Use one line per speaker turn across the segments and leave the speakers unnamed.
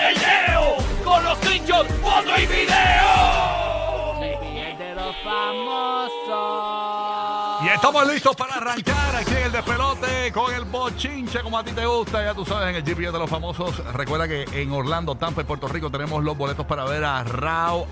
el leo. Con los trinchos, foto y video. de los famosos.
Y estamos listos para arrancar aquí en el despelote con el bochinche como a ti te gusta. Ya tú sabes, en el GPS de los famosos. Recuerda que en Orlando, Tampa y Puerto Rico tenemos los boletos para ver a Raúl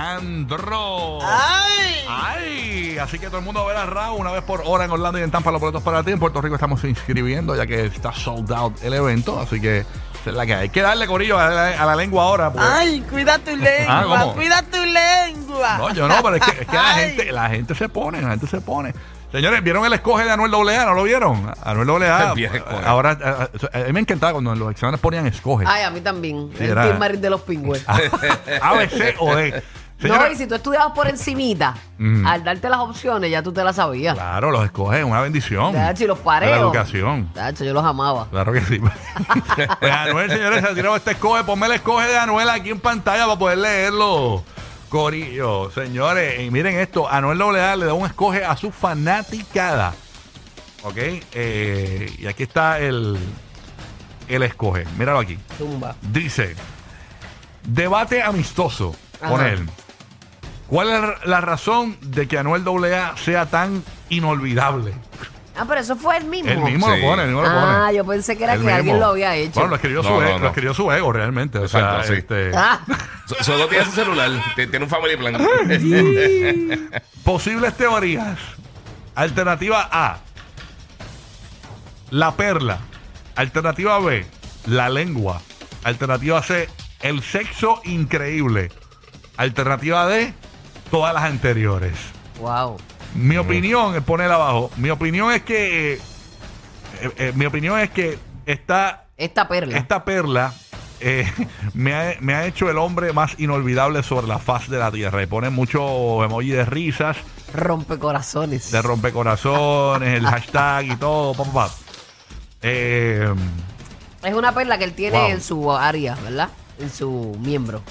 Alejandro.
¡Ay!
¡Ay! Así que todo el mundo verá a Raúl una vez por hora en Orlando y en Tampa los boletos para ti. En Puerto Rico estamos inscribiendo ya que está sold out el evento. Así que esa es la que hay. Hay que darle corillo a la, a la lengua ahora. porque-
¡Ay! Cuida tu
Ah,
lengua,
¿cómo?
cuida tu lengua.
No, yo no, pero es que, es que la,
Ay.
gente, la gente se pone, la gente se pone. Señores, ¿vieron el escoge de Anuel AA? ¿No lo vieron? Anuel AA.
El viejo escoge.
Ahora, a, a- a mí me encantaba cuando en los exámenes ponían escoge.
Ay, a mí también.
Sí,
el
era- Ah,
Team Marín de los Pingües.
A, B, C o D. Señores,
No, y si tú estudiabas por encimita, al darte las opciones, ya tú te las sabías.
claro, los escoge, una bendición.
Tacho, y los pareos.
De la educación.
Tacho, yo los amaba.
Claro que sí. Pues Anuel, señores, se ha tirado este escoge. Ponme el escoge de Anuel aquí en pantalla para poder leerlo. Corillo, señores, y miren esto, Anuel Doblea le da un escoge a su fanaticada. ¿Ok? Eh, y aquí está el, el escoge. Míralo aquí.
Zumba.
Dice, debate amistoso con
Ajá.
él. ¿Cuál es la razón de que Anuel Doblea sea tan inolvidable?
Ah, pero eso fue el mismo.
Él mismo
Sí.
lo pone, él mismo lo pone.
Ah, yo pensé que era
Él
que
mismo.
alguien lo había hecho.
Bueno, lo escribió, su,
No, no,
e-
no.
lo escribió su ego realmente. O sea,
Exacto, sí.
este,
Ah,
So- Solo tiene su celular, t- tiene un family plan. Eh,
Posibles teorías. Alternativa A. La perla. Alternativa B. La lengua. Alternativa C. El sexo increíble. Alternativa D. Todas las anteriores.
wow.
Mi opinión, eh, ponela abajo. Mi opinión es que. eh, eh, mi opinión es que está
Esta perla.
Esta perla eh, me, ha, me ha hecho el hombre más inolvidable sobre la faz de la tierra. Y pone mucho emoji de risas,
Rompecorazones.
de rompecorazones, el hashtag y todo. pa, pa, pa. Eh,
es una perla que él tiene
Wow.
en su área, ¿verdad? En su miembro.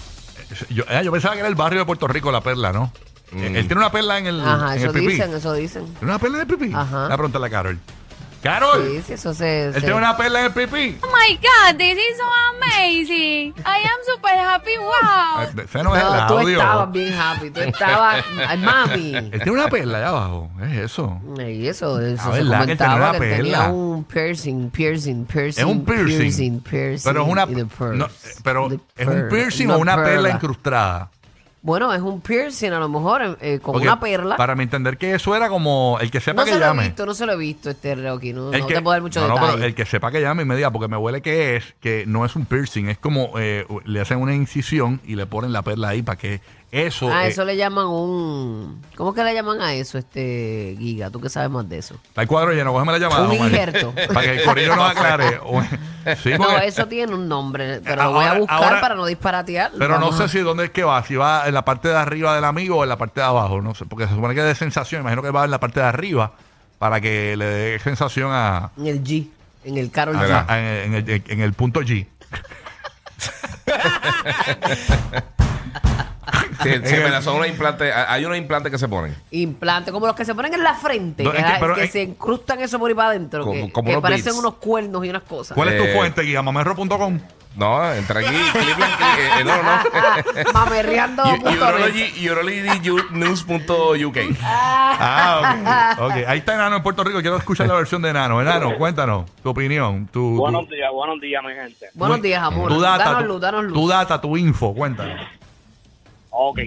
yo, eh, yo pensaba que era el barrio de Puerto Rico la perla, ¿no? Eh, Él tiene una perla en el,
Ajá,
en
eso
el pipí.
dicen, eso dicen.
¿Tiene una perla en el pipí?
Ajá.
La pregunta a Carol. ¡Carol!
Sí, sí, eso se.
¿Él
se-
tiene una perla en el pipí?
Oh my God, this is so amazing. I am super happy. Wow.
Eh, ese no
No,
es el
tú
audio.
estabas bien happy. Tú estabas. Ay, mami.
Él tiene una perla allá abajo. Es eso.
Y eso, eso
Ah,
se
¿verdad? Que él tenía
comentaba
una
que, él tenía
perla.
un piercing, piercing, piercing.
Es un piercing.
piercing, piercing
Pero es una.
y de pearls.
no, eh, pero
De
es un
pearl,
piercing o una perla incrustada.
Bueno, es un piercing a lo mejor eh, con
Porque
una perla.
Para mi entender que eso era como el que sepa
no
que
se lo he
llame.
visto, no se lo he visto, este Rocky. No,
El
no
que-
te puedo dar mucho
no, no,
detalle.
pero el que sepa que llame y me diga, porque me huele que es, que no es un piercing, es como eh, le hacen una incisión y le ponen la perla ahí para que eso.
a
eh,
Ah, eso le llaman un... ¿Cómo es que le llaman a eso, este Giga? ¿Tú que sabes más de eso?
Está el cuadro lleno, cógeme la llamada.
un
Omar.
injerto.
Para que el corillo nos aclare. Sí,
no,
porque-
eso tiene un nombre, pero
Eh,
lo voy a
ahora-
buscar
ahora-
para no disparatear.
Pero no
Vamos
sé
a-
si dónde es que va, si va en la parte de arriba del amigo o en la parte de abajo, no sé, porque se supone que de sensación, imagino que va en la parte de arriba para que le dé sensación a,
En el G, en el Carol
a-
G.
a- en, el, en el punto G.
Sí, sí, pero son unos implantes, a- ah, hay unos implantes que se ponen.
Implante, como los que se ponen en la frente,
No,
que,
es que-
ah,
pero
que
es-
se incrustan eso por ahí para adentro,
Como-
que,
como
que
unos
parecen
beads.
unos cuernos y unas cosas.
¿Cuál es tu
Eh.
fuente, Guía? Mamerro.com.
No, entra aquí, Cleveland, Cle- eh, eh, no, no.
Mamerreando.
Y-
punto net.
Urology- urologynews.uk.
Ah, ok. ok. Ahí está Enano en Puerto Rico. Quiero escuchar la versión de Enano. Enano, cuéntanos tu opinión. Tu,
Buenos
tu-
días, buenos días, mi gente.
Buenos días, amor.
tu data,
danos
tu-
luz, danos luz.
tu data, tu info. Cuéntanos.
Ok.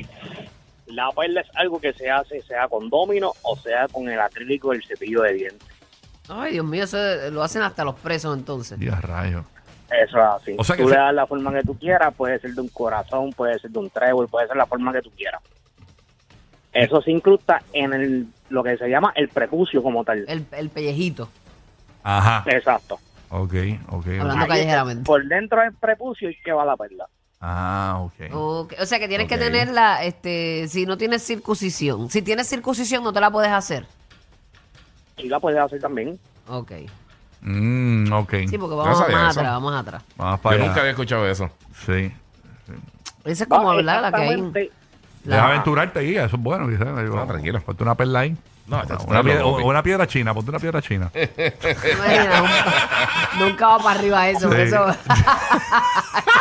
La perla es algo que se hace, sea con domino o sea con el acrílico del cepillo de dientes.
Ay, Dios mío, eso eh, lo hacen hasta los presos entonces.
Dios rayo.
Eso es así.
O sea que
tú
se-
le das la forma que tú quieras, puede ser de un corazón, puede ser de un trébol, puede ser la forma que tú quieras. Eso se incrusta en el, lo que se llama el prepucio como tal.
El, el pellejito,
Ajá.
Exacto.
Ok, ok. ok.
hablando
Ahí
callejeramente.
Por dentro del prepucio y que va la perla.
Ah, ok.
Ok, O sea que tienes
Ok.
que tener la, este, si no tienes circuncisión. Si tienes circuncisión no te la puedes hacer.
Y la puedes hacer también.
Ok.
Mm, ok.
Sí, porque
No
vamos
sabía
más
eso.
atrás, vamos atrás.
Vamos
Yo
para allá.
nunca había escuchado eso.
Sí.
Esa es como
Ah,
Va,
hablar la que hay.
exactamente.
la-
Deja aventurarte ahí, eso es bueno, quizás.
No, tranquilo.
Ponte una perla ahí.
No, está- Eh. está
una, piedra,
loco,
o- una piedra china, ponte una piedra china.
Imagina, nunca- nunca va para arriba eso,
Sí.
eso,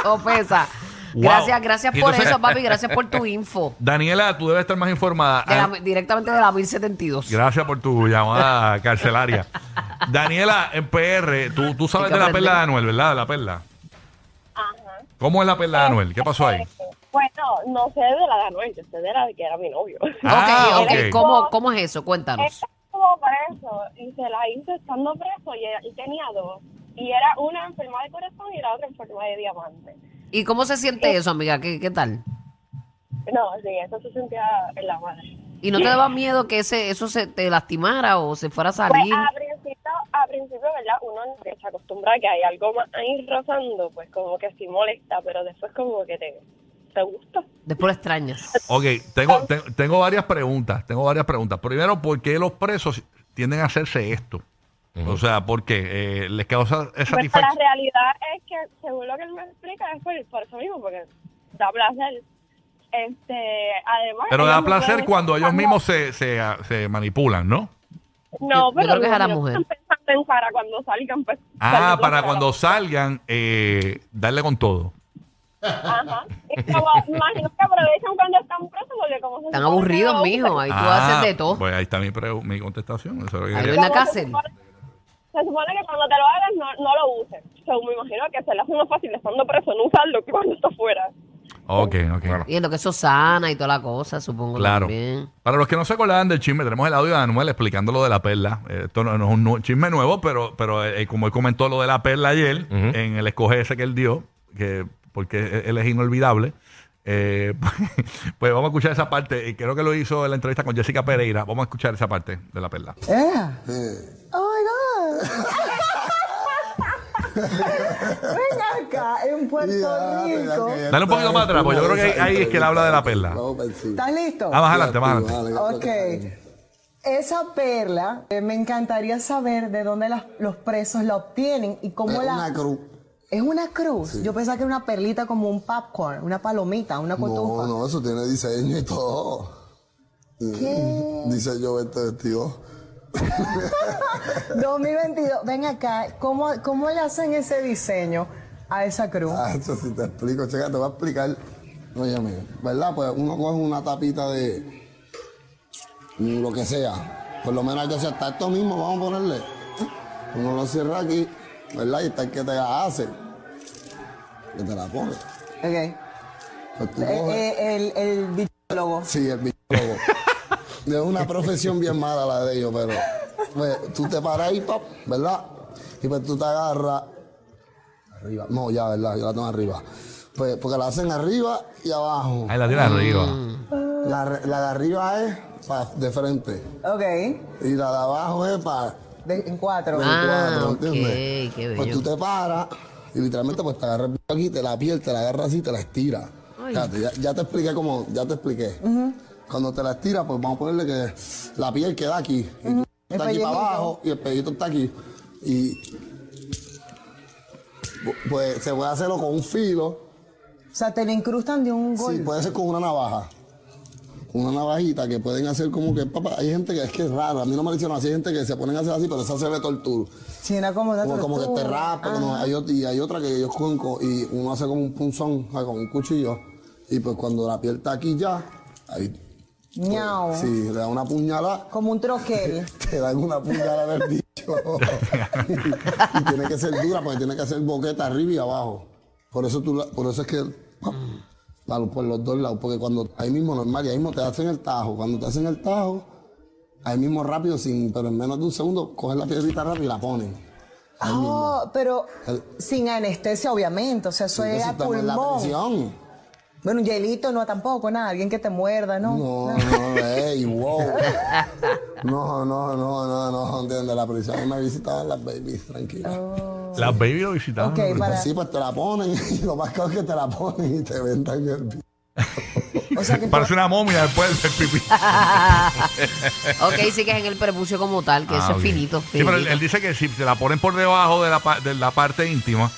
eso pesa.
Wow.
Gracias, gracias
Y
por
entonces-
eso, papi, gracias por tu info.
Daniela, tú debes estar más informada.
De la-
Ah,
directamente de la 1072.
Gracias por tu llamada carcelaria. Daniela, en PR, tú, tú sabes
Hay que
de la perla de
aprender.
Anuel, ¿verdad? De la perla.
Ajá.
¿Cómo es la perla de Anuel? ¿Qué pasó ahí?
Bueno, no sé de la de Anuel, yo sé de la de que era mi novio.
Ah,
ok, ok.
ok.
¿Cómo, ¿Cómo es eso?
Él
Cuéntanos.
estuvo preso y se la hizo estando preso y, era- y tenía dos. Y era una enferma de corazón y la otra enferma de diamante.
¿Y cómo se siente eso, amiga? ¿Qué, qué tal?
No, sí, eso se sentía en la madre.
¿Y no te daba miedo que ese eso se te lastimara o se fuera a
Pues
salir?
a principio, a principio, ¿verdad? Uno no se acostumbra a que hay algo más ahí rozando, pues como que sí molesta, pero después como que te, te gusta.
Después lo extrañas.
Pues,
Ok, tengo, te- tengo varias preguntas. Tengo varias preguntas. Primero, ¿por qué los presos tienden a hacerse esto? O sea, ¿por qué? Eh, ¿Les causa
Pues la
satisfacción?
realidad es que, según lo que él me explica, es por, por eso mismo, porque da placer. Este, además...
Pero
ellos
da
no
placer
pueden-
cuando ellos mismos se, se, ah, se manipulan, ¿no?
No,
Yo
pero
creo que es a la
ellos
mujer.
están pensando en para cuando salgan. pues,
Ah,
salir
para
con
cuando salgan, eh, darle con todo.
cara. Ajá. Y como, imagino que aprovechan cuando están presos, porque como... se
Están
supone que
aburridos,
no-
mijo. Ahí tú
Ah,
haces de todo.
Pues ahí está mi, pregu- mi contestación. Eso es lo que
Ahí
quería-
en la
como se
cárcel.
supone- Se supone que cuando te lo hagas no, no lo uses. Según me imagino que se le hace más fácil estando preso no usarlo que cuando está fuera.
Ok, ok.
Bueno.
Y en lo que eso sana y toda la cosa, supongo
Claro.
también.
Para los que no se acordaban del chisme, tenemos el audio de Anuel explicando lo de la perla. Eh, Esto no, no es un nu- chisme nuevo, pero, pero eh, como él comentó lo de la perla ayer,
Ujú.
en el escoge ese que él dio, que porque e-, él es inolvidable, eh, pues vamos a escuchar esa parte. Y creo que lo hizo en la entrevista con Jessica Pereira. Vamos a escuchar esa parte de la perla.
Yeah. Oh my God. Ven acá, en Puerto Rico.
Dale un poquito más atrás, porque yo creo que ahí- ahí es que él habla de la perla.
¿Estás listo?
Ah, más adelante, más adelante.
Ok. Esa perla, eh, me encantaría saber de dónde las- los presos la obtienen y cómo la.
cruz.
Es una cruz. Yo pensaba que era una perlita como un popcorn, una palomita, una cotufa.
No, no, eso tiene diseño y todo.
¿Qué?
Dice yo este vestido.
2022. Ven acá, ¿cómo, ¿cómo le hacen ese diseño a esa cruz?
Ah, eso sí te explico, checa, te voy a explicar. Oye, amigo, ¿verdad? Pues uno coge una tapita de mm, lo que sea. Por lo menos hay que aceptar esto mismo, vamos a ponerle. Uno lo cierra aquí, ¿verdad? Y está el que te la hace. Que te la pone.
Ok.
Pues tú
Eh,
coges-
eh, el, el bichólogo.
Sí, el bichólogo. es una profesión bien mala la de ellos, pero pues, tú te paras ahí, pop, ¿verdad? Y pues tú te agarras arriba. No, ya, ¿verdad? Yo la tengo arriba. Pues porque la hacen arriba y abajo.
Ahí la tiene arriba.
La, re- la de arriba es pa- de frente
Ok.
y la de abajo es para
De- en cuatro.
Ah,
cuatro,
ok,
¿entiendes?
qué
Pues
bello.
tú te paras y literalmente pues te agarras el bicho aquí, te la piel, te la agarras así, te la estira. Fíjate, ya, ya te expliqué como, ya te expliqué. Cuando te la estira, pues vamos a ponerle que la piel queda aquí. y tú Está aquí
pellejito.
para abajo y el pellito está aquí. Y pues se puede hacerlo con un filo.
O sea, te la incrustan de un
Sí, pues,
golpe.
puede ser con una navaja. Con Una navajita que pueden hacer como que, papá, hay gente que es que es rara, a mí no me lo hicieron así, hay gente que se ponen a hacer así, pero esa se ve tortura.
China como una
Como, como que te
tortuga.
raspa, como hay, ot- y hay otra que ellos cogen co- y uno hace como un punzón o sea, con un cuchillo, y pues cuando la piel está aquí
Ah.
ya, ahí, pues,
Ñau.
si le da una puñalada,
Como un troquel.
te dan una puñalada del bicho. y tiene que ser dura, porque tiene que ser boqueta arriba y abajo. Por eso, tú, la- por eso es que. pa, pa- por los dos lados, porque cuando ahí mismo normal, y ahí mismo te hacen el tajo. Cuando te hacen el tajo, ahí mismo rápido, sin, pero en menos de un segundo, cogen la piedrita rápido y la ponen.
Ah, pero sin anestesia, obviamente. O sea, eso
Entonces,
es a
estamos en la
pulmón.
prisión.
Bueno, un hielito no tampoco, nada. Alguien que te muerda, ¿no?
No, no, ey, wow. No, no, no, no, no, entiende, la prisión ahí me visitaban las babies, tranquila.
Oh,
Las baby lo visitaban.
Pues Sí, pues te la ponen, y lo más caro es que te la ponen y te vendan el pi-
Parece una momia después del pipí.
ok, sí que es en el prepucio como tal, que
Ah,
eso es
bien.
finito.
Sí, pero él,
finito.
él dice que si te la ponen por debajo de la, pa- de la parte íntima,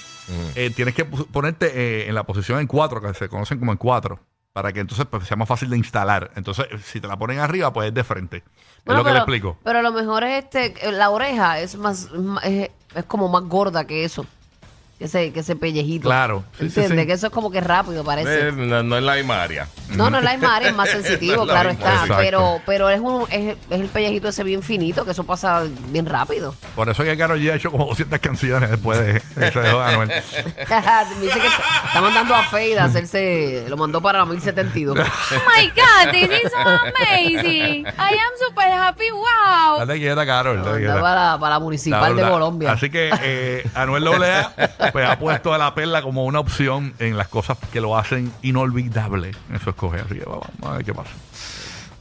eh, tienes que pu- ponerte eh, en la posición en cuatro, que se conocen como en cuatro, para que entonces pues, sea más fácil de instalar. Entonces, si te la ponen arriba, pues es de frente.
Bueno,
es lo que
pero,
le explico.
Pero lo mejor es este, eh, la oreja es más, ma- es, es como más gorda que eso. Que ese, que ese pellejito.
Claro. Sí, sí,
¿Entiendes?
sí.
Que eso es como que rápido parece.
Eh, no, no es la misma área.
No,
mm.
no es la imagen, es más
No
sensitivo,
es la
claro
misma
está.
área.
Pero, pero es, un, es, es el pellejito ese bien finito, que eso pasa bien rápido.
Por eso es que Karol G ha hecho como 200 canciones después de que se dejó de Anuel.
Me dice que está está mandando a Fade a hacerse, lo mandó para la 1072.
Oh my God, this is so amazing. I am super happy. Wow.
Dale quieta, Karol. dale
Mandó
quieta.
para, para la
La
municipal de
verdad.
Colombia.
Así que eh, Anuel AA pues, ha puesto a la perla como una opción en las cosas que lo hacen inolvidable. Eso es coger. Así que vamos a ver qué pasa.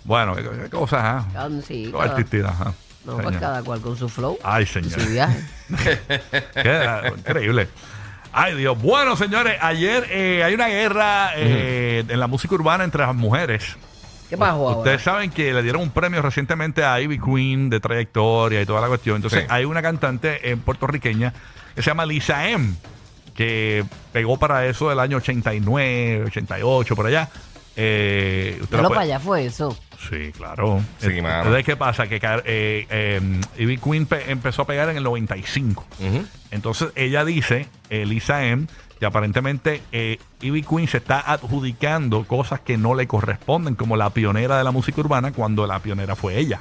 Bueno, qué, qué cosas, ¿ah?
Ah, sí,
Todo
cada-
artística, ajá.
No, pues
Señor.
cada cual con su flow.
Ay, señor.
Su viaje.
Qué- ah, increíble. Ay, Dios. Bueno, señores, ayer eh, hay una guerra eh, en la música urbana entre las mujeres.
¿Qué pasó ahora?
Ustedes saben que le dieron un premio recientemente a Ivy Queen de trayectoria y toda la cuestión. Entonces,
Sí.
hay una cantante en puertorriqueña que se llama Lisa M, que pegó para eso del año 89, 88, por allá. Eh, usted
Pero
la
para
puede-
allá fue eso.
Sí, claro.
Sí,
Eh,
mano.
Entonces, ¿qué pasa? Que car- eh, eh, Ivy Queen pe- empezó a pegar en el 95.
Ujú.
Entonces ella dice, eh, Lisa M, que aparentemente eh, Ivy Queen se está adjudicando cosas que no le corresponden, como la pionera de la música urbana cuando la pionera fue ella.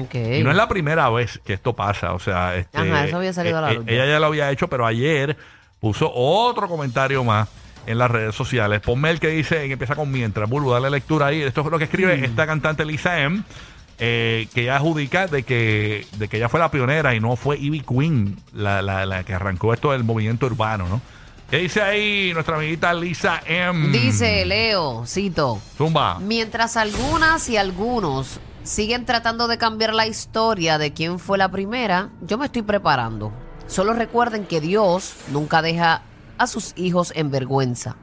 Ok.
Y no es la primera vez que esto pasa, o sea, este,
Ajá, eso había salido a la
eh,
luz ya.
ella ya lo había hecho, pero ayer puso otro comentario más en las redes sociales. Ponme el que dice, que empieza con mientras, Bulbo, dale lectura ahí. Esto es lo que escribe esta cantante Lisa M. eh, que ella adjudica de que, de que ella fue la pionera y no fue Ivy Queen la, la- la que arrancó esto del movimiento urbano, ¿no? ¿Qué dice ahí nuestra amiguita Lisa M?
Dice Leo, cito.
Zumba.
Mientras algunas y algunos siguen tratando de cambiar la historia de quién fue la primera, yo me estoy preparando. Solo recuerden que Dios nunca deja a sus hijos en vergüenza.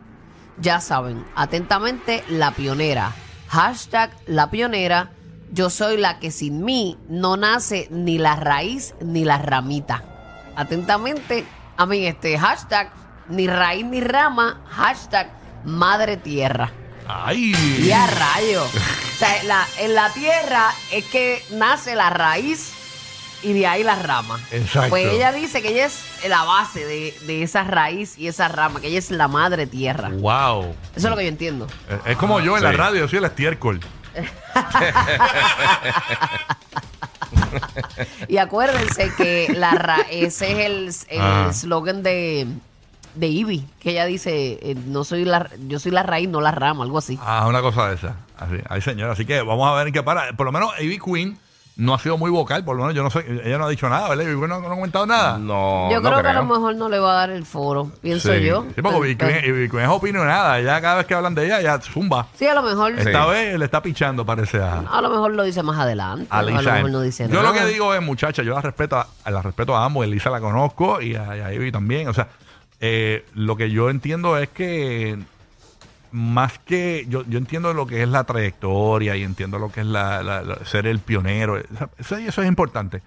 Ya saben, atentamente la pionera. Hashtag la pionera. Yo soy la que sin mí no nace ni la raíz ni la ramita. Atentamente, a mí este hashtag ni raíz ni rama, hashtag madre tierra.
¡Ay!
Y a rayo. O sea, en la, en la tierra es que nace la raíz y de ahí la rama.
Exacto.
Pues ella dice que ella es la base de, de esa raíz y esa rama, que ella es la madre tierra. Eso
¡Wow!
es lo que yo entiendo.
Eh, Es como yo en la
Sí.
radio, yo soy el estiércol.
Y acuérdense que la ra- ese es el
Ah.
el eslogan de, de Ivy, que ella dice, eh, no soy la, yo soy la raíz, no la rama, algo así.
Ah, una cosa de esa. Así, ay, señor. Así que vamos a ver en qué para. Por lo menos Ivy Queen no ha sido muy vocal, por lo menos yo no sé, ella no ha dicho nada, ¿verdad? Ivy Queen no, no ha comentado nada.
No,
Ah. yo
no
creo, que a lo mejor no le va a dar el foro, pienso
Sí.
yo.
Sí, porque Ivy Queen, Ivy Queen es opinionada. Ella cada vez que hablan de ella, ya zumba.
Sí, a lo mejor...
Esta vez le está pichando, parece a,
A lo mejor lo dice más adelante.
a
a lo
Lisa.
mejor no dice
yo lo
nada.
que digo es, muchacha, yo la respeto, a- la respeto a ambos. Elisa la conozco y a, y a Ivy también. O sea, eh, lo que yo entiendo es que más que yo, yo entiendo lo que es la trayectoria y entiendo lo que es la, la- la- ser el pionero. O sea, Eso, eso es importante.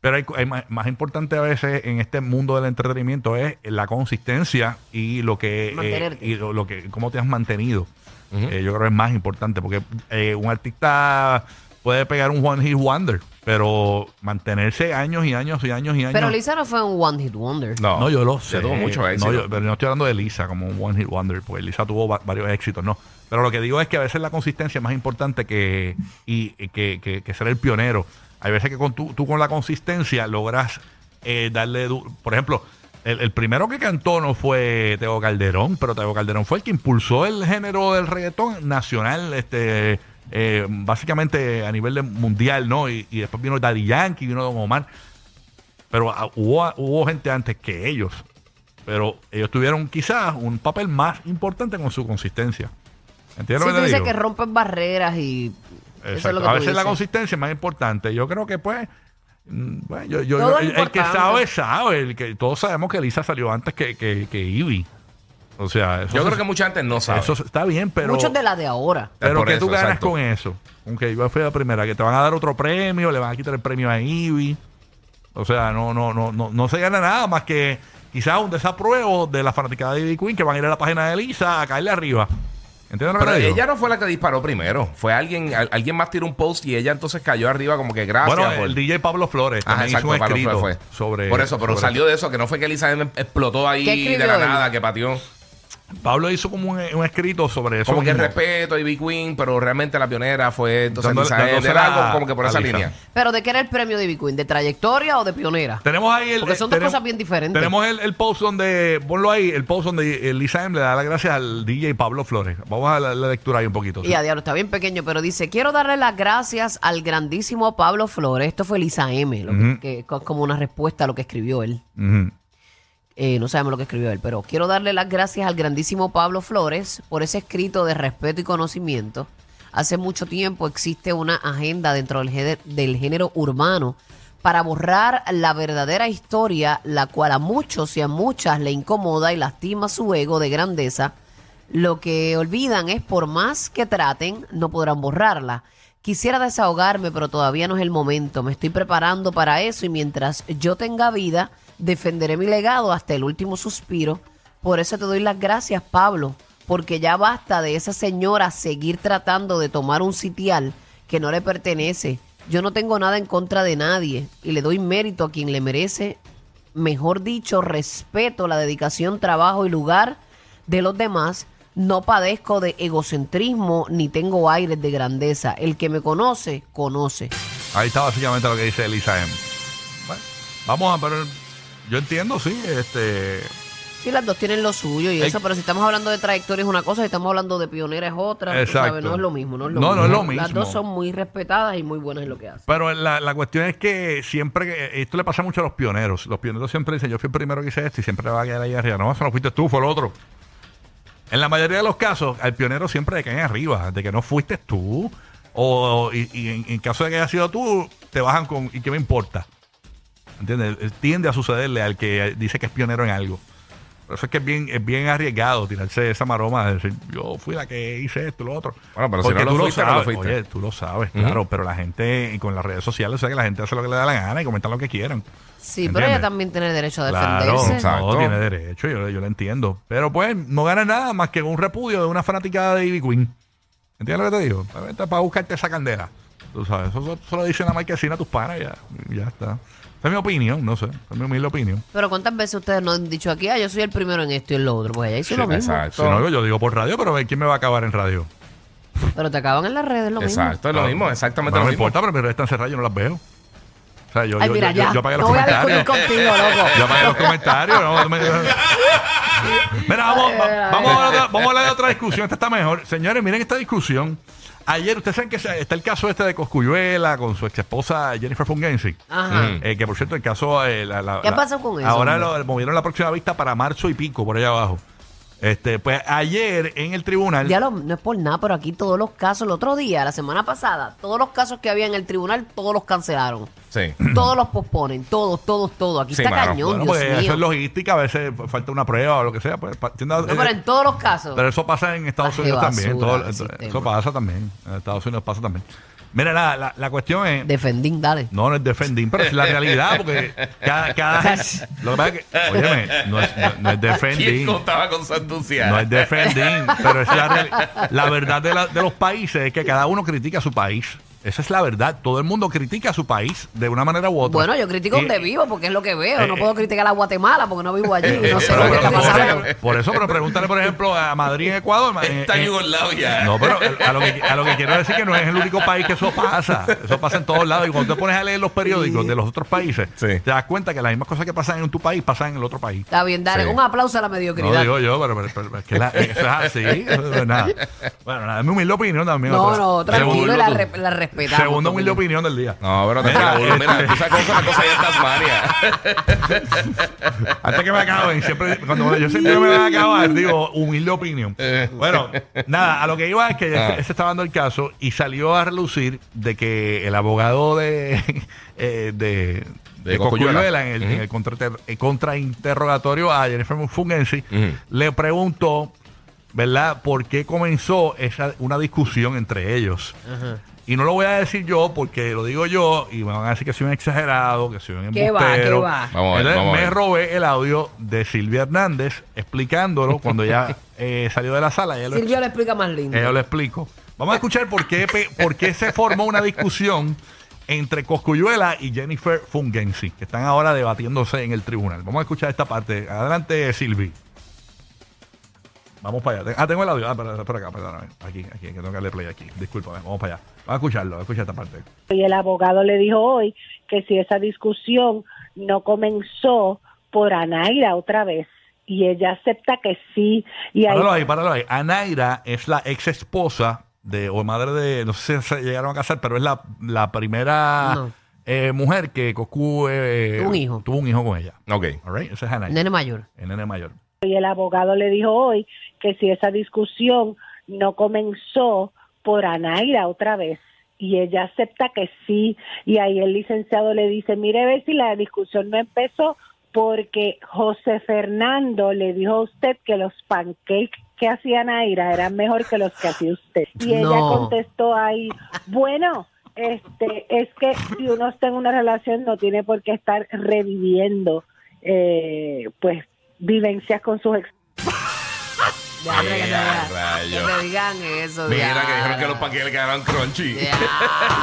Pero hay, co- hay más, más importante a veces en este mundo del entretenimiento es la consistencia y lo que eh,
Mantenerte.
y lo, lo que cómo te has mantenido. Eh, yo creo que es más importante porque eh, un artista puede pegar un one hit wonder, pero mantenerse años y años y años y años.
Pero Lisa no fue un one hit wonder.
No,
No, yo lo sé.
Se tuvo mucho éxito.
No, yo- pero no estoy hablando de Lisa como un One Hit Wonder, porque Lisa tuvo va- varios éxitos, no. Pero lo que digo es que a veces la consistencia es más importante que, y, y que, que- que ser el pionero. Hay veces que con tú, tú con la consistencia logras eh, darle... du- Por ejemplo, el, el primero que cantó no fue Teo Calderón, pero Teo Calderón fue el que impulsó el género del reggaetón nacional, este... eh, básicamente a nivel de- mundial, ¿no? Y, y después vino Daddy Yankee, vino Don Omar Pero ah, hubo, hubo gente antes que ellos. Pero ellos tuvieron quizás un papel más importante con su consistencia. ¿Entiendes lo
Si tú
que te
dices
digo?
que rompen barreras y eso es
Exacto.
lo que
a
tú
veces la
dices.
consistencia es más importante. Yo creo que pues, mm, bueno, yo- yo-
Todo
yo-
es
el, el que
importante.
sabe, sabe. El que, todos sabemos que Lisa salió antes que, que, que Ivy. O sea, eso
Yo
se-
creo que mucha gente no sabe.
eso se- está bien, pero...
Muchos de la de ahora.
Pero
Por
que tú
eso,
ganas
exacto.
con eso. Aunque yo fui la primera, que te van a dar otro premio, le van a quitar el premio a Ivy. O sea, no, no, no, no, no se gana nada más que quizás un desapruebo de la fanaticada de Ivy Queen que van a ir a la página de Lisa a caerle arriba. ¿Entiendes lo que
Pero
te digo?
ella no fue la que disparó primero. Fue alguien, al- alguien más tiró un post y ella entonces cayó arriba como que gracias.
bueno,
por-
el DJ Pablo Flores
Ajá,
también hizo un
exacto, Pablo
escrito
Flores fue.
sobre
Por eso, pero
sobre-
salió de eso, que no fue que Elizabeth em, explotó
¿Qué
ahí
escribió
de la
él?
nada, que pateó.
Pablo hizo como un, un escrito sobre eso.
Como que
mismo.
respeto a Ivy Queen, pero realmente la pionera fue entonces
Dándole-
Elizabeth,
dándosela
era algo como que por
a
esa
Lisa.
línea.
Pero ¿de qué era el premio de Ivy Queen? ¿De trayectoria o de pionera?
Tenemos ahí el.
Porque son dos
tenemos-
cosas bien diferentes.
Tenemos el, el post donde, ponlo ahí, el post donde eh, Lisa M le da las gracias al DJ Pablo Flores. Vamos a la, la lectura ahí un poquito.
Y a diablo, está bien pequeño, pero dice, quiero darle las gracias al grandísimo Pablo Flores. Esto fue Lisa M, lo que-
Ujú.
que, co- como una respuesta a lo que escribió él.
Ujú.
Eh, no sabemos lo que escribió él, pero quiero darle las gracias al grandísimo Pablo Flores por ese escrito de respeto y conocimiento. Hace mucho tiempo existe una agenda dentro del, géner- del género urbano para borrar la verdadera historia, la cual a muchos y a muchas le incomoda y lastima su ego de grandeza. Lo que olvidan es por más que traten, no podrán borrarla. Quisiera desahogarme, pero todavía no es el momento. Me estoy preparando para eso y mientras yo tenga vida, defenderé mi legado hasta el último suspiro. Por eso te doy las gracias, Pablo, porque ya basta de esa señora seguir tratando de tomar un sitial que no le pertenece. Yo no tengo nada en contra de nadie y le doy mérito a quien le merece mejor dicho, respeto la dedicación, trabajo y lugar de los demás. No padezco de egocentrismo ni tengo aires de grandeza. El que me conoce, conoce.
Ahí está básicamente lo que dice Elisa M. Bueno, vamos a, pero yo entiendo, sí, este.
Sí, las dos tienen lo suyo y
Hay-
eso, pero si estamos hablando de trayectoria es una cosa, si estamos hablando de pionera es otra. tú
Exacto.
sabes, no es lo mismo, no es lo
No,
mismo.
no es lo
Las
mismo.
dos son muy respetadas y muy buenas en lo que hacen.
Pero la, la cuestión es que siempre, que- eh, esto le pasa mucho a los pioneros. Los pioneros siempre dicen, yo fui el primero que hice esto y siempre le va a quedar ahí arriba. No, eso no fuiste tú, fue el otro. En la mayoría de los casos, al pionero siempre le caen arriba, de que no fuiste tú. O, y, y en, en caso de que haya sido tú, te bajan con, ¿y qué me importa? ¿Entiendes? Eh, Tiende a sucederle al que dice que es pionero en algo. Por eso es que es bien, es bien arriesgado tirarse esa maroma de decir, yo fui la que hice esto, lo otro.
Bueno, pero si no lo fuiste, no lo
sabes.
fuiste.
Oye, tú lo sabes,
Ujú.
claro, pero la gente y con las redes sociales, o sea que la gente hace lo que le da la gana y comentan lo que quieran.
Sí, pero
¿Entiendes?
ella también tiene derecho a
Claro,
defenderse.
no,
Exacto.
tiene derecho, yo, yo lo entiendo. Pero pues no gana nada más que un repudio de una fanaticada de Ivy Queen. ¿Entiendes lo que te digo? Para, para buscarte esa candela. Tú sabes, eso, eso- eso lo dice la marquesina a tus panas y ya, y ya está. Esa es mi opinión, no sé, esa es mi humilde opinión.
Pero ¿cuántas veces ustedes no han dicho aquí, ah, yo soy el primero en esto y en lo otro? Pues ella hizo
Sí,
lo mismo.
exacto.
Si no, yo- yo digo por radio, pero ¿quién me va a acabar en radio?
Pero te acaban en las redes lo mismo.
Exacto, es lo mismo,
Ah,
exactamente
no
lo
me
mismo.
importa, pero mis redes están cerradas, yo no las veo. O sea, yo,
Ay,
yo,
mira,
yo-
ya.
yo apagué los
No voy a discutir
comentarios.
contigo, loco.
Yo apagué los comentarios. no, no me- Mira, vamos,
Eh,
va- vamos, a hablar de, vamos a hablar de otra discusión. Esta está mejor. Señores, miren esta discusión. Ayer, ustedes saben que se- está el caso este de Coscuyuela con su ex esposa Jennifer Fungensi.
Ajá.
Mm.
Eh, que por cierto, el caso. eh, la- la-
¿Qué
la-
pasó con eso,
Ahora
hombre?
lo- movieron la próxima vista para marzo y pico, por allá abajo. Este, pues ayer en el tribunal.
Ya lo- no es por nada, pero aquí todos los casos, el otro día, la semana pasada, todos los casos que había en el tribunal, todos los cancelaron.
Sí.
Todos los posponen, todos, todos, todos. Aquí
Sí,
está
mano.
cañón,
Bueno,
Dios
pues eso
mío.
es logística, a veces falta una prueba o lo que sea. Pues, pa- entiendo-
No, pero en todos los casos.
Pero eso pasa en Estados
Qué
Unidos
basura
también. todo-
el
eso
sistema.
pasa también. En Estados Unidos pasa también. Mira, la, la, la cuestión es.
Defendín, dale.
no, no es defending, pero es la realidad, porque cada. cada lo que pasa es que. Óyeme, no es, no, no es
¿Quién
defending.
contaba con Santucía?
No es defending, pero es la, real- la verdad de, la- de los países es que cada uno critica a su país. Esa es la verdad. Todo el mundo critica a su país de una manera u otra.
Bueno, yo critico
Y-
donde vivo porque es lo que veo. no
eh,
puedo criticar a Guatemala porque no vivo allí.
eh,
no sé
pero
lo que
bueno,
ustedes
por-
saben.
por eso, pero pregúntale, por ejemplo, a Madrid en Ecuador. eh,
Está
eh,
Yugoslavia.
No, pero eh, a lo, que, a lo que quiero decir que no es el único país que eso pasa. Eso pasa en todos lados. Y cuando te pones a leer los periódicos de los otros países,
Sí.
te das cuenta que las mismas cosas que pasan en tu país pasan en el otro país.
Está bien, dale.
Sí.
Un aplauso a la
No
mediocridad.
digo yo, pero, pero- pero es que la- eso es así. eso es nada. Bueno, nada, mi humilde opinión también.
No,
otra-
no,
Según
tranquilo,
lo
la,
tú.
re- la respetamos.
Segunda
Don
humilde
Willy.
opinión del día.
No, pero te
Mira,
tira uno. Mira,
este-
tú sabes cómo son las cosas de Tasmania.
Hasta que me acaben. Siempre, cuando yo siento que me van a acabar, digo, humilde opinión. Bueno, nada, a lo que iba es que
Eh. Ah.
se, se estaba dando el caso y salió a relucir de que el abogado de, eh, de,
De
de
Cosculluela.
Cosculluela en el,
Ujú.
en el contra- eh, contrainterrogatorio a Jennifer Fungensi
Ujú.
le preguntó, ¿verdad?, por qué comenzó esa, una discusión entre ellos. Y no lo voy a decir yo porque lo digo yo y me van a decir que soy un exagerado, que soy un
¿Qué
embustero.
va, qué va?
Vamos a ver,
Entonces,
vamos a
me
ver.
robé el audio de Silvia Hernández explicándolo cuando ella eh, salió de la sala. Ella lo,
Silvio lo explica más lindo.
ella lo explicó. Vamos a escuchar por qué, pe- por qué se formó una discusión entre Coscuyuela y Jennifer Fungensi, que están ahora debatiéndose en el tribunal. Vamos a escuchar esta parte. Adelante, Silvi. Vamos para allá. Ah, tengo el audio. Ah, espera, espera acá, perdóname. Aquí, aquí, que tengo que darle play aquí. Discúlpame, vamos para allá. Vamos a escucharlo, vamos a escuchar esta parte.
Y el abogado le dijo hoy que si esa discusión no comenzó por Anaira otra vez. Y ella acepta que sí. Y ahí
Páralo ahí, páralo ahí. Anaira es la ex esposa de, o madre de, no sé si se llegaron a casar, pero es la, la primera
No.
eh, mujer que Coscu eh,
Tuvo un hijo.
tuvo un hijo con ella.
Ok.
All right, Esa es Anaira.
Nene mayor.
El nene mayor.
Y el abogado le dijo hoy que si esa discusión no comenzó por Anaira otra vez. Y ella acepta que sí. Y ahí el licenciado le dice, mire, ve si la discusión no empezó porque José Fernando le dijo a usted que los pancakes que hacía Anaira eran mejor que los que hacía usted. Y ella
No.
contestó ahí, bueno, este, es que si uno está en una relación no tiene por qué estar reviviendo, eh, pues, vivencias con sus ex.
Ya, ya, ya,
Eh,
ya.
rayo.
Que me digan eso.
Mira,
ya.
que dijeron que los panqueques le quedaron crunchy.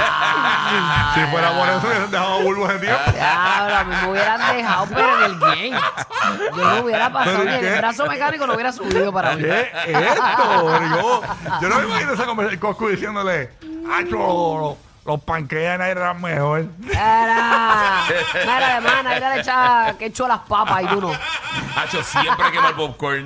si fuera por eso, hubiesen dejado bulbos de tiempo.
Ya, ahora me hubieran dejado, pero en el game. Yo no hubiera pasado
¿Pero
ni
qué?
el brazo mecánico, no hubiera subido para mí.
¿Qué es esto? Yo, yo no me imagino esa conversación Coscu diciéndole, ¡Acho! Los panqueques de Anaira eran mejor.
Era, mira, hermana, ahí le echa que echó las papas y tú no.
Hacho siempre quema el popcorn.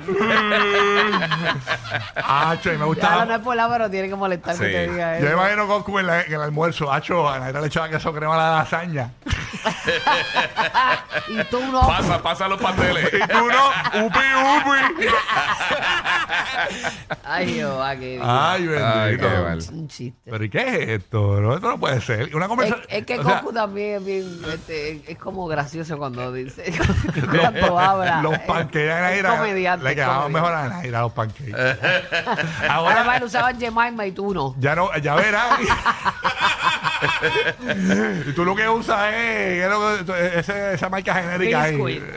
¡Acho! Y me
Ya,
gustaba.
ahora no es por la, pero tiene que molestar que
Sí.
te diga
Yo me
eso.
imagino Coscu en, la- en el almuerzo, ¡Acho! A Anaira le echaba queso crema a la lasaña.
Y tú no.
Pasa, pasa los pasteles.
Y tú no, upi, upi.
Ay, yo, aquí.
Ay,
Ay, qué
bendito.
mal.
un chiste.
Ah. Pero ¿y qué es esto? bro? esto no puede ser. Una
Es,
conversación.
es que
o sea,
Goku también es bien, este, es- es como gracioso cuando dice, cuando habla.
Los
es-
panqueques de
es
Naira
comediante,
le
es
quedaban
comediante.
mejor a Naira los panqueques.
Ahora
Ahora
más lo usaban Jemima y tú no.
ya no, ya verás. y tú lo que usas es, es lo que- ese- esa marca genérica ahí.
Biscuit.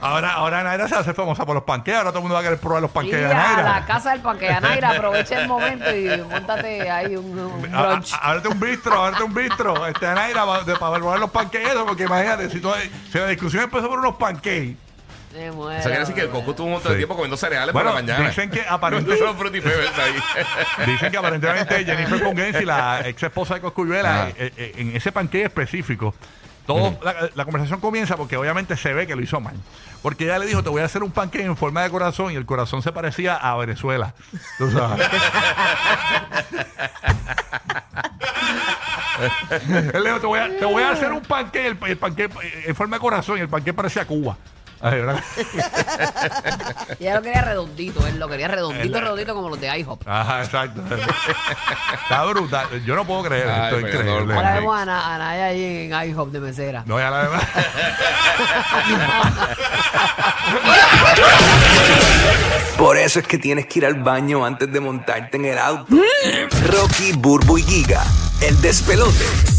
ahora, ahora Naira se hace famosa por los panqueques. Ahora todo el mundo va a querer probar los
Y
panqueques de
a la
Naira.
casa del panquea Naira, aprovecha el momento y montate ahí un, un
Ah,
A- a-
brunch.
Ábrete un bistro, ábrete un bistro. Este Naira para probar los panqueques. Porque imagínate, si, toda- si la discusión empezó por unos panqueques.
Me muero.
Eso quiere decir que el Coco tuvo un montón de
Sí.
tiempo comiendo cereales
Bueno,
por la mañana.
dicen que aparente-
No son Fruity Pebbles ahí.
Dicen que aparentemente Jennifer Congensi, la ex esposa de Coscuyuela,
Ajá.
eh, eh, en ese panqueque específico, todo, la, la conversación comienza porque obviamente se ve que lo hizo mal. Porque ella le dijo, te voy a hacer un panqueque en forma de corazón y el corazón se parecía a Venezuela. Tú sabes. Él le dijo, te voy a, te voy a hacer un panqueque, el, el panqueque eh, en forma de corazón y el panqueque parecía Cuba. Ay, ¿verdad?
Y ella lo quería redondito, él lo quería redondito, redondito como los de IHOP.
Ajá, exacto. Está brutal. Yo no puedo creer.
Ay,
Esto es
pero no,
increíble.
Ahora vemos a Ana- a Naya ahí en IHOP de mesera.
No, ya la verdad.
Por eso es que tienes que ir al baño antes de montarte en el auto. Rocky, Burbu y Giga, el despelote.